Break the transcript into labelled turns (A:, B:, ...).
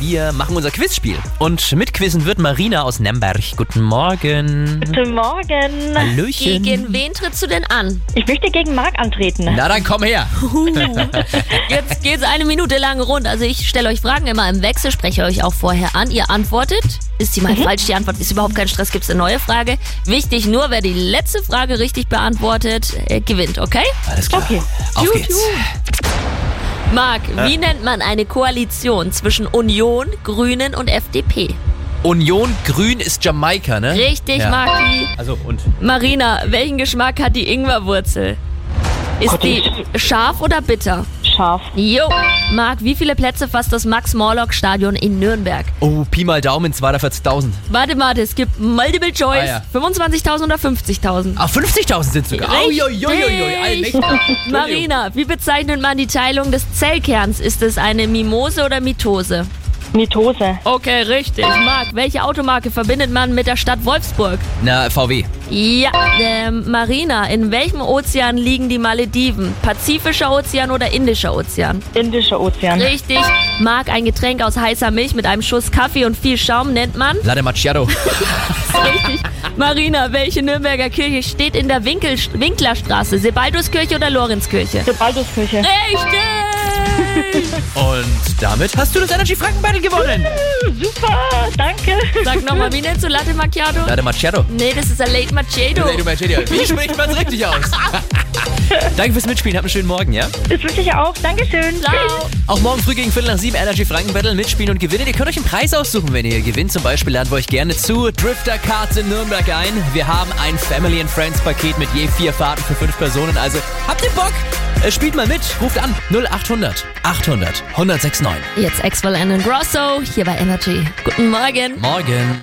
A: Wir machen unser Quizspiel. Und mitquizzen wird Marina aus Nürnberg. Guten Morgen.
B: Guten Morgen.
A: Hallöchen.
C: Gegen wen trittst du denn an?
B: Ich möchte gegen Marc antreten.
A: Na dann komm her.
C: Jetzt geht's eine Minute lang rund. Also ich stelle euch Fragen immer im Wechsel, spreche euch auch vorher an. Ihr antwortet. Ist sie mal falsch, die Antwort ist überhaupt kein Stress, gibt's eine neue Frage. Wichtig nur, wer die letzte Frage richtig beantwortet, äh, gewinnt, okay?
A: Alles klar.
B: Okay.
A: Auf
C: Juhu.
A: geht's.
C: Marc, wie nennt man eine Koalition zwischen Union, Grünen und FDP?
A: Union Grün ist Jamaika, ne?
C: Richtig,
A: Ja.
C: Marci.
A: Also und
C: Marina, welchen Geschmack hat die Ingwerwurzel? Ist die scharf oder bitter?
B: Scharf.
C: Jo. Marc, wie viele Plätze fasst das Max-Morlock-Stadion in Nürnberg?
A: oh, Pi mal Daumen 240.000.
C: Warte mal, es gibt Multiple Choice.
A: Ah, ja.
C: 25.000 oder 50.000?
A: Ah, 50.000 sind sogar.
C: Richtig.
A: Uiuiuiui, Allmächtiger. Entschuldigung.
C: Marina, wie bezeichnet man die Teilung des Zellkerns? Ist es eine Mimose oder Mitose?
B: Mitose.
C: Okay, richtig. Marc, welche Automarke verbindet man mit der Stadt Wolfsburg?
A: Na, VW.
C: Ja, ähm, Marina, in welchem Ozean liegen die Malediven? Pazifischer Ozean oder Indischer Ozean?
B: Indischer Ozean.
C: Richtig. Marc, ein Getränk aus heißer Milch mit einem Schuss Kaffee und viel Schaum nennt man?
A: Latte Macchiato.
C: Richtig. Marina, welche Nürnberger Kirche steht in der Winkel Winklerstraße? Sebalduskirche oder Lorenzkirche?
B: Balduskirche.
C: Richtig!
A: Und damit hast du das Energy Franken Battle gewonnen.
B: Super, danke.
C: Sag nochmal, wie nennst du Latte Macchiato?
A: Latte Macchiato.
C: Nee, das ist ein Late Macchiato.
A: Potato Machete. Wie spricht man es richtig aus? Danke fürs Mitspielen. Habt einen schönen Morgen, ja?
B: Das wünsche ich auch. Dankeschön.
C: Ciao.
A: Auch morgen früh gegen Viertel nach sieben Energy Franken Battle mitspielen und gewinnen. Ihr könnt euch einen Preis aussuchen, wenn ihr gewinnt. Zum Beispiel laden wir euch gerne zu Drifter Cards in Nürnberg ein. Wir haben ein Family and Friends Paket mit je vier Fahrten für fünf Personen. Also habt ihr Bock? Äh, Spielt mal mit. Ruft an 0800 800 1069.
C: Jetzt Exval and Grosso hier bei Energy. Guten Morgen.
A: Morgen.